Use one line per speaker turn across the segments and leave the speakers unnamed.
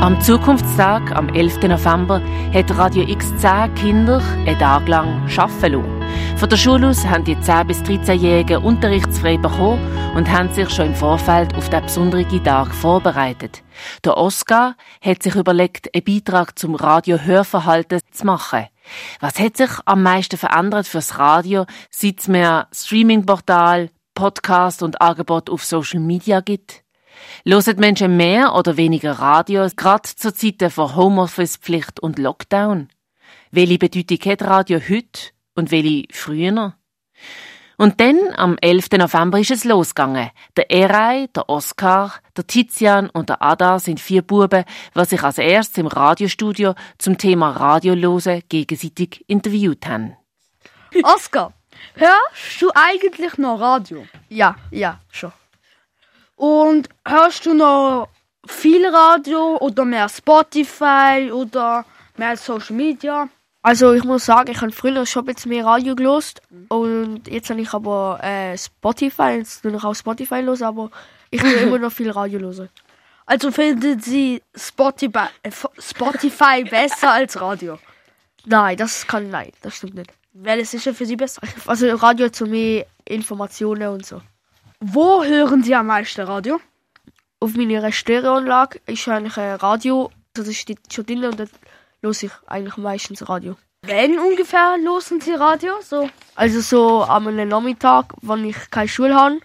Am Zukunftstag, am 11. November, hat Radio X 10 Kinder einen Tag lang arbeiten lassen. Von der Schule aus haben die 10- bis 13-Jährigen unterrichtsfrei bekommen und haben sich schon im Vorfeld auf den besonderen Tag vorbereitet. Der Oscar hat sich überlegt, einen Beitrag zum Radio-Hörverhalten zu machen. Was hat sich am meisten verändert fürs Radio, seit es mehr Streaming-Portal, Podcast und Angebot auf Social Media gibt? Loset Menschen mehr oder weniger Radio, gerade zu Zeiten von Homeoffice-Pflicht und Lockdown? Welche Bedeutung hat Radio heute und welche früher? Und dann, am 11. November, ist es losgegangen. Der Erei, der Oskar, der Tizian und der Ada sind vier Buben, die sich als erstes im Radiostudio zum Thema Radiolose gegenseitig interviewt haben.
Oskar, hörst du eigentlich noch Radio?
Ja, ja, schon.
Und hörst du noch viel Radio oder mehr Spotify oder mehr Social Media?
Also ich muss sagen, ich habe früher schon ein bisschen mehr Radio gelost und jetzt habe ich aber äh, Spotify, jetzt nur noch auf Spotify los, aber ich will immer noch viel Radio hören.
Also findet sie Spotify, äh, Spotify besser als Radio?
Nein, das kann nein, das stimmt nicht.
Welches ist denn für sie besser?
Also Radio hat so mehr Informationen und so.
Wo hören sie am meisten Radio?
Auf meiner Stereoanlage ist eigentlich ein Radio, also das ist schon drin und dort höre ich eigentlich meistens Radio.
Wenn ungefähr losen sie Radio? So.
Also so am einem Nachmittag, wenn ich keine Schule habe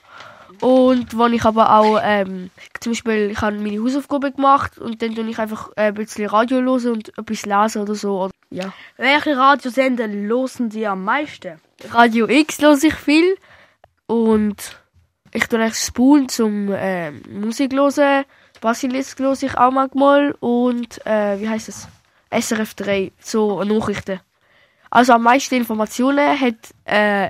und wenn ich aber auch ähm, zum Beispiel ich habe meine Hausaufgaben gemacht und dann tue ich einfach äh, ein bisschen Radio hören und etwas lesen oder so. Oder, ja.
Welche Radiosender losen sie am meisten?
Radio X höre ich viel und ich tue eigentlich Spoon zum äh, Musik hören. Basilisk höre ich auch manchmal und äh, wie heißt es? SRF 3, so Nachrichten. Also am meisten Informationen hat äh,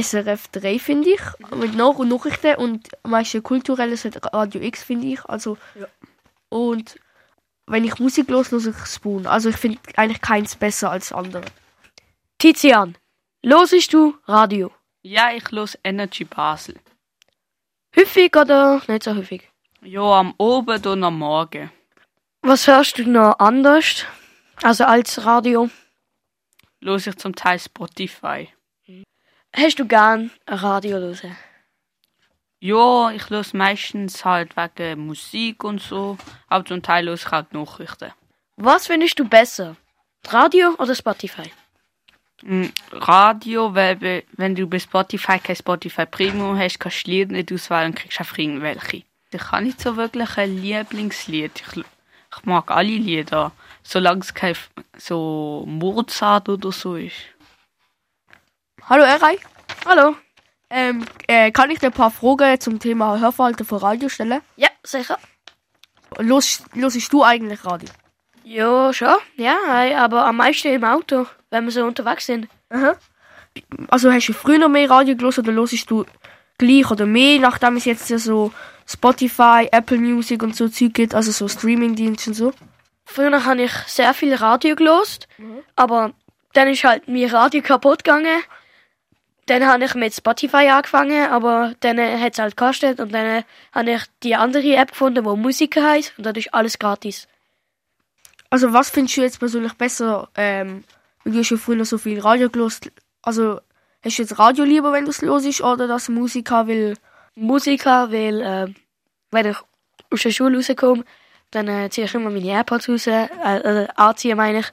SRF 3, finde ich, mit Nach- und Nachrichten und am meisten Kulturelles hat Radio X, finde ich. Also,
Ja.
Und wenn ich Musik los, höre ich Spoon. Also ich finde eigentlich keins besser als andere.
Tizian, losest du Radio?
Ja, ich los Energy Basel.
Häufig oder nicht so häufig?
Ja, am Abend und am Morgen.
Was hörst du noch anders? Also als Radio?
Los ich zum Teil Spotify.
Hast du gern Radio hören?
Ja, ich los meistens halt wegen Musik und so, aber zum Teil los ich halt Nachrichten.
Was findest du besser? Radio oder Spotify?
Mm, Radio, weil we- wenn du bei Spotify kein Spotify Premium hast, kannst du die Lieder nicht auswählen und kriegst einfach irgendwelche. Ich habe nicht so wirklich ein Lieblingslied. Ich, l- ich mag alle Lieder, solange es kein F- so Mozart oder so ist.
Hallo Erei,
Hallo?
ähm, äh, kann ich dir ein paar Fragen zum Thema Hörverhalten von Radio stellen?
Ja, sicher.
Los, losest du eigentlich Radio?
Ja, schon. Ja, ei, aber am meisten im Auto, wenn wir so unterwegs sind.
Also hast du früher noch mehr Radio gelesen oder hörst du gleich oder mehr, nachdem es jetzt ja so Spotify, Apple Music und so Zeug gibt, also so Streamingdienste und so?
Früher habe ich sehr viel Radio gelost, aber dann ist halt mein Radio kaputt gegangen. Dann habe ich mit Spotify angefangen, aber dann hat es halt gekostet und dann habe ich die andere App gefunden, wo Musik heißt und dann ist alles gratis.
Also was findest du jetzt persönlich besser, ähm, weil du hast ja früher so viel Radio gelost, also hast du jetzt Radio lieber, wenn du es hörst, oder das Musik haben, weil
Musik haben, weil äh, wenn ich aus der Schule rauskomme, dann äh, ziehe ich immer meine AirPods raus, äh, äh, anziehen meine ich,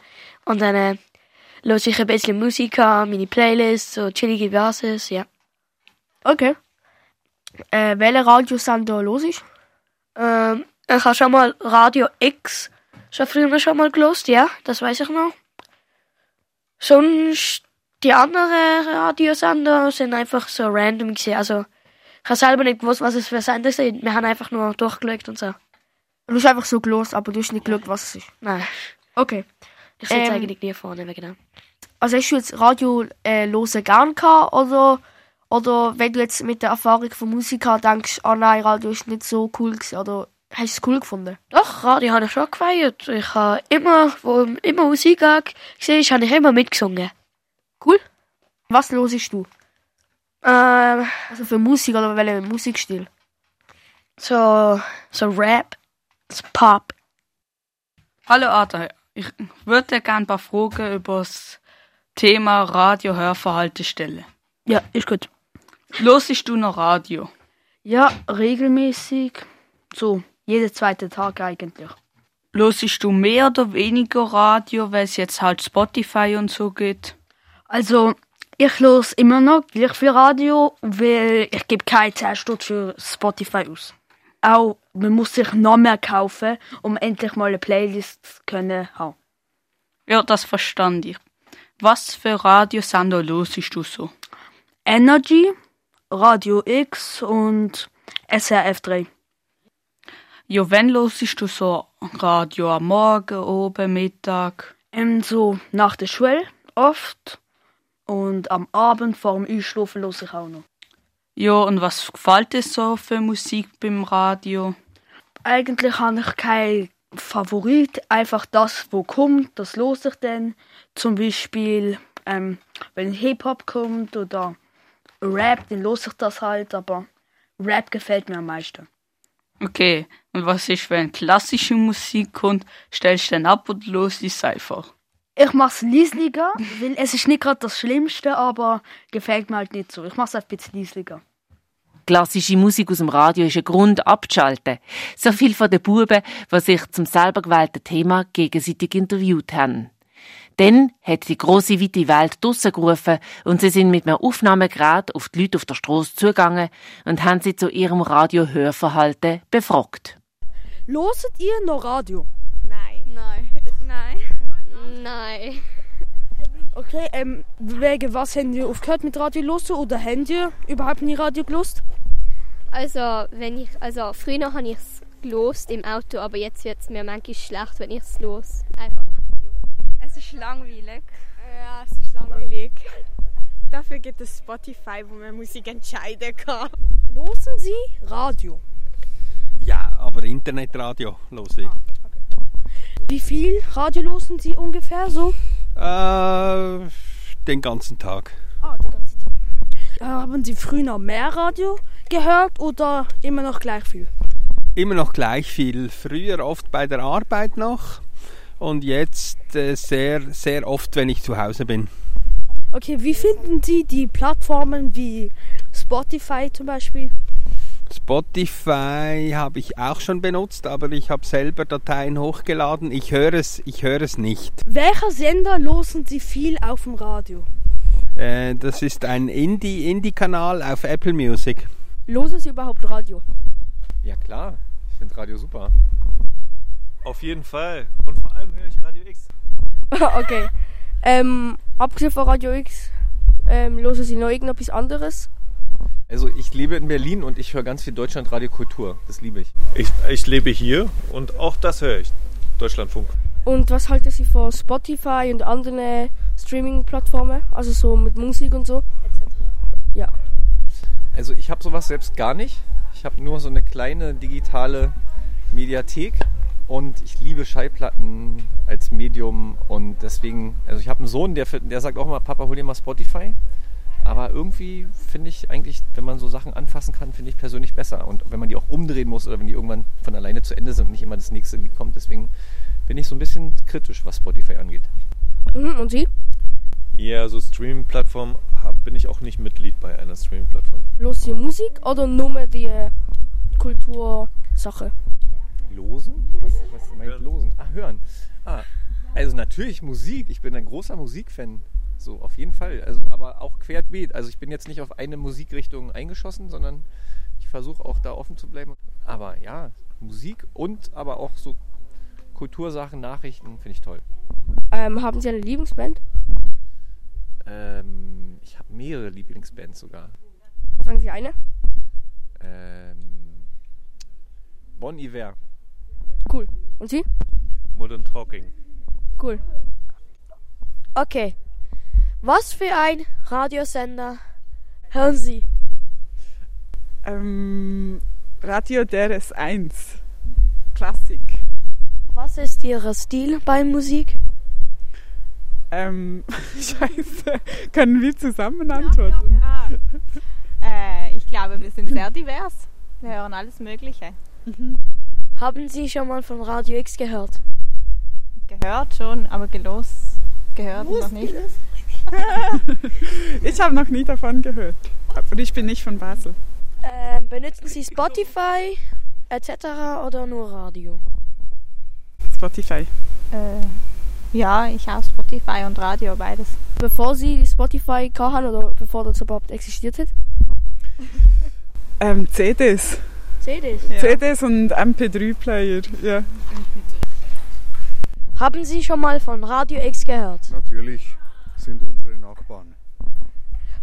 und dann äh, höre ich ein bisschen Musik an, meine Playlist, so chillige Basis, ja.
Okay. Äh, welchen Radiosender hörst du?
Ähm, ich habe schon mal Radio X schon früher schon mal gelost, ja, das weiß ich noch. Sonst die anderen Radiosender sind einfach so random gewesen. Also ich habe selber nicht gewusst, was es für Sender sind. Wir haben einfach nur durchgeschaut und so.
Du hast einfach so gelost, aber du hast nicht geschaut, was es ist.
Nein,
Okay.
ich sitze
Ähm.
eigentlich nie vorne wegen dem.
Also hast du jetzt Radio äh, hören gern gehabt oder, oder wenn du jetzt mit der Erfahrung von Musiker denkst, ah nein, Radio ist nicht so cool gewesen, oder hast du es cool gefunden?
Doch, Radio habe ich schon gefeiert. Ich habe immer, wo immer Musik gesehen habe ich immer mitgesungen.
Was hörst du?
Ähm,
Also für Musik oder welchen Musikstil?
so, so Rap, so Pop.
Hallo Arthur, ich würde gerne ein paar Fragen über das Thema Radiohörverhalten stellen.
Ja, ist gut.
Losest du noch Radio?
Ja, regelmäßig. So, jeden zweiten Tag eigentlich.
Losest du mehr oder weniger Radio, weil es jetzt halt Spotify und so gibt?
Also, ich höre immer noch gleich viel Radio, weil ich gebe keine 10 Stunden für Spotify aus. Auch, man muss sich noch mehr kaufen, um endlich mal eine Playlist zu können haben.
Ja, das verstand ich. Was für Radiosender losest du so?
Energy, Radio X und SRF3.
Ja, wenn losest du so Radio am Morgen, oben, Mittag?
Ähm, so nach der Schule oft und am Abend vor dem Einschlafen höre ich auch noch.
Ja, und was gefällt dir so für Musik beim Radio?
Eigentlich habe ich keinen Favorit, einfach das, wo kommt, das höre ich dann. Zum Beispiel, ähm, wenn Hip-Hop kommt oder Rap, dann höre ich das halt, aber Rap gefällt mir am meisten.
Okay, und was ist, wenn klassische Musik kommt? Stellst du dann ab und los ist einfach.
Ich mache es leisliger, weil es ist nicht gerade das Schlimmste, aber gefällt mir halt nicht so. Ich mache es ein bisschen leisliger.
Klassische Musik aus dem Radio ist ein Grund abzuschalten. So viel von den Buben, die sich zum selber gewählten Thema gegenseitig interviewt haben. Dann hat die große weite Welt draussen gerufen und sie sind mit einem Aufnahmegerät auf die Leute auf der Straße zugegangen und haben sie zu ihrem Radiohörverhalten befragt.
Loset ihr noch Radio?
Nein. Nein. Nein.
Okay, ähm, wegen was habt ihr aufgehört mit Radio losen oder habt ihr überhaupt nie Radio gelost?
Also, wenn ich, also früher habe ich es gelost im Auto, aber jetzt wird es mir manchmal schlecht, wenn ich es los. Einfach.
Es ist langweilig. Ja, es ist langweilig. Dafür gibt es Spotify, wo man Musik entscheiden kann.
Losen sie Radio?
Ja, aber Internetradio los ich.
Wie viel Radio losen sie ungefähr so?
Äh, den ganzen Tag.
Ah, den ganzen Tag. Äh, Haben sie früher mehr Radio gehört oder immer noch gleich viel?
Immer noch gleich viel. Früher oft bei der Arbeit noch und jetzt äh, sehr, sehr oft, wenn ich zu Hause bin.
Okay, wie finden Sie die Plattformen wie Spotify zum Beispiel?
Spotify habe ich auch schon benutzt, aber ich habe selber Dateien hochgeladen. Ich höre es, ich höre es nicht.
Welcher Sender losen Sie viel auf dem Radio?
Äh, das ist ein Indie, Indie-Kanal auf Apple Music.
Losen sie überhaupt Radio?
Ja klar, ich finde Radio super. Auf jeden Fall. Und vor allem höre ich Radio X.
okay. Ähm, abgesehen von Radio X, ähm, losen sie noch irgendetwas anderes?
Also ich lebe in Berlin und ich höre ganz viel Deutschland Radio Kultur. Das liebe ich.
Ich, ich lebe hier und auch das höre ich. Deutschlandfunk.
Und was halten sie von Spotify und anderen Streaming-Plattformen? Also so mit Musik und so?
Also ich habe sowas selbst gar nicht. Ich habe nur so eine kleine digitale Mediathek und ich liebe Schallplatten als Medium und deswegen, also ich habe einen Sohn, der, fi- der sagt auch immer, Papa, hol dir mal Spotify. Aber irgendwie finde ich eigentlich, wenn man so Sachen anfassen kann, finde ich persönlich besser. Und wenn man die auch umdrehen muss oder wenn die irgendwann von alleine zu Ende sind und nicht immer das nächste Lied kommt, deswegen bin ich so ein bisschen kritisch, was Spotify angeht.
Mhm, und sie?
Ja, so Streaming-Plattform hab- bin ich auch nicht Mitglied bei einer Streaming-Plattform.
Losen sie Musik oder nur die äh, Kultursache?
Losen? Was, was meint Losen? Ah, hören. Ah, also natürlich Musik. Ich bin ein großer Musikfan. So, auf jeden Fall. Also, aber auch querbeet. Also ich bin jetzt nicht auf eine Musikrichtung eingeschossen, sondern ich versuche auch da offen zu bleiben. Aber ja, Musik und aber auch so Kultursachen, Nachrichten finde ich toll.
Ähm, haben sie eine Lieblingsband?
Ähm, ich habe mehrere Lieblingsbands sogar.
Sagen sie eine?
Ähm, bon Iver.
Cool. Und sie?
Modern Talking.
Cool.
Okay. Was für ein Radiosender hören Sie?
Ähm, Radio DRS 1. Klassik.
Was ist Ihr Stil bei Musik?
Ähm, scheiße. Können wir zusammen antworten?
Äh, ich glaube, wir sind sehr divers. Wir hören alles Mögliche.
Haben Sie schon mal von Radio X gehört?
Gehört schon, aber gelost gehört noch nicht.
Ich habe noch nie davon gehört. Und ich bin nicht von Basel.
Ähm, benutzen Sie Spotify etc. oder nur Radio?
Spotify.
Äh, ja, ich habe Spotify und Radio beides.
Bevor sie Spotify hatten oder bevor das überhaupt existiert hat?
Ähm, CDs.
CDs.
CDs und MP3-Player, ja.
Haben Sie schon mal von Radio X gehört?
Natürlich sind unsere Nachbarn.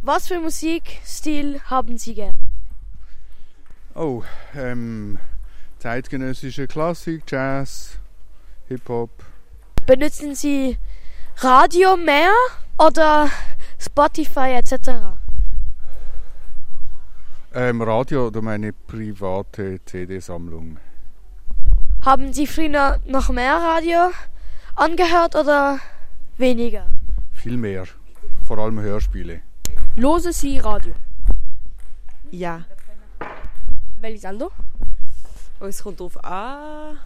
Was für Musikstil haben Sie gern?
Oh, ähm, zeitgenössische Klassik, Jazz, Hip-Hop.
Benutzen Sie Radio mehr oder Spotify etc.?
Ähm, Radio oder meine private CD-Sammlung.
Haben Sie früher noch mehr Radio angehört oder weniger?
Viel mehr. Vor allem Hörspiele.
Lose sie Radio.
Ja.
Welche Sendung?
Oh, es kommt auf an.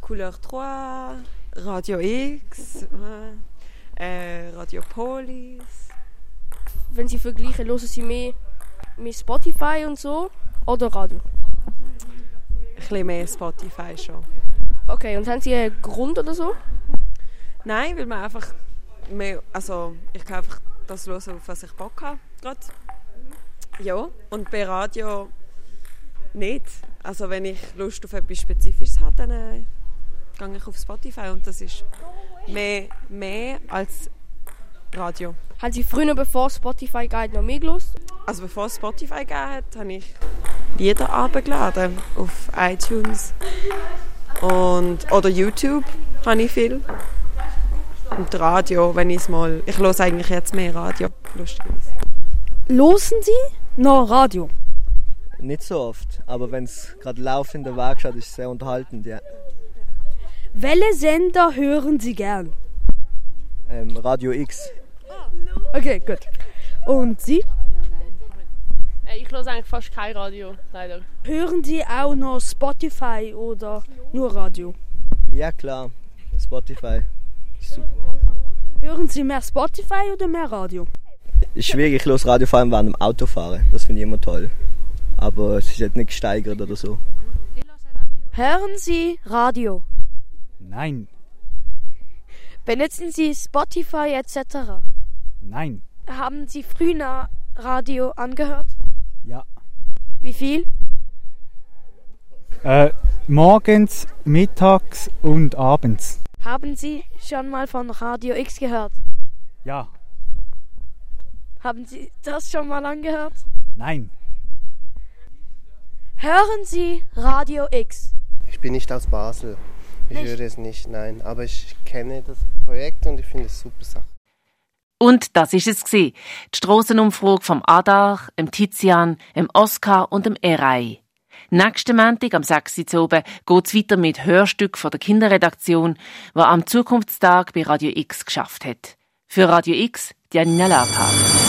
Couleur 3, Radio X, äh, Radio Polis.
Wenn sie vergleichen, hören sie mehr mit Spotify und so oder Radio?
Ein bisschen mehr Spotify schon.
Okay, und haben sie einen Grund oder so?
Nein, weil man einfach mehr, also ich kann einfach das hören, auf was ich Bock habe. Grad. Ja, und bei Radio nicht. Also wenn ich Lust auf etwas Spezifisches habe, dann äh, gehe ich auf Spotify und das ist mehr, mehr als Radio.
Haben sie früher, bevor Spotify geht, noch mehr gelost?
Also bevor es Spotify gegeben hat, habe ich Lieder abgeladen auf iTunes und oder YouTube habe ich viel. Und Radio, wenn ich es mal... Ich höre eigentlich jetzt mehr Radio, lustigerweise.
Losen Sie noch Radio?
Nicht so oft, aber wenn es gerade laufend in der Waage schaut, ist es sehr unterhaltend, ja.
Welche Sender hören Sie gern?
Ähm, Radio X.
Okay, gut. Und Sie?
Äh, Ich höre eigentlich fast kein Radio, leider.
Hören Sie auch noch Spotify oder nur Radio?
Ja klar, Spotify. Super.
Hören Sie mehr Spotify oder mehr Radio?
Ist schwierig, ich höre Radio vor allem während dem Auto fahren. Das finde ich immer toll. Aber es ist jetzt nicht gesteigert oder so.
Hören Sie Radio?
Nein,
Benutzen Sie Spotify etc.?
nein,
Haben Sie früher Radio angehört?
ja.
Wie viel?
Äh, morgens, mittags und abends.
Haben Sie schon mal von Radio X gehört?
Ja,
Haben Sie das schon mal angehört?
nein.
Hören Sie Radio X?
Ich bin nicht aus Basel. Ich
Nicht?
höre es nicht, nein. Aber ich kenne das Projekt und ich finde es super Sache.
Und das ist es gsi. Die Strassenumfrage vom Adar, dem Tizian, dem Oskar und dem Erei. Nächsten Montag am 6. Uhr oben geht's weiter mit Hörstück von der Kinderredaktion, was am Zukunftstag bei Radio X geschafft hat. Für Radio X, Janina Labhardt.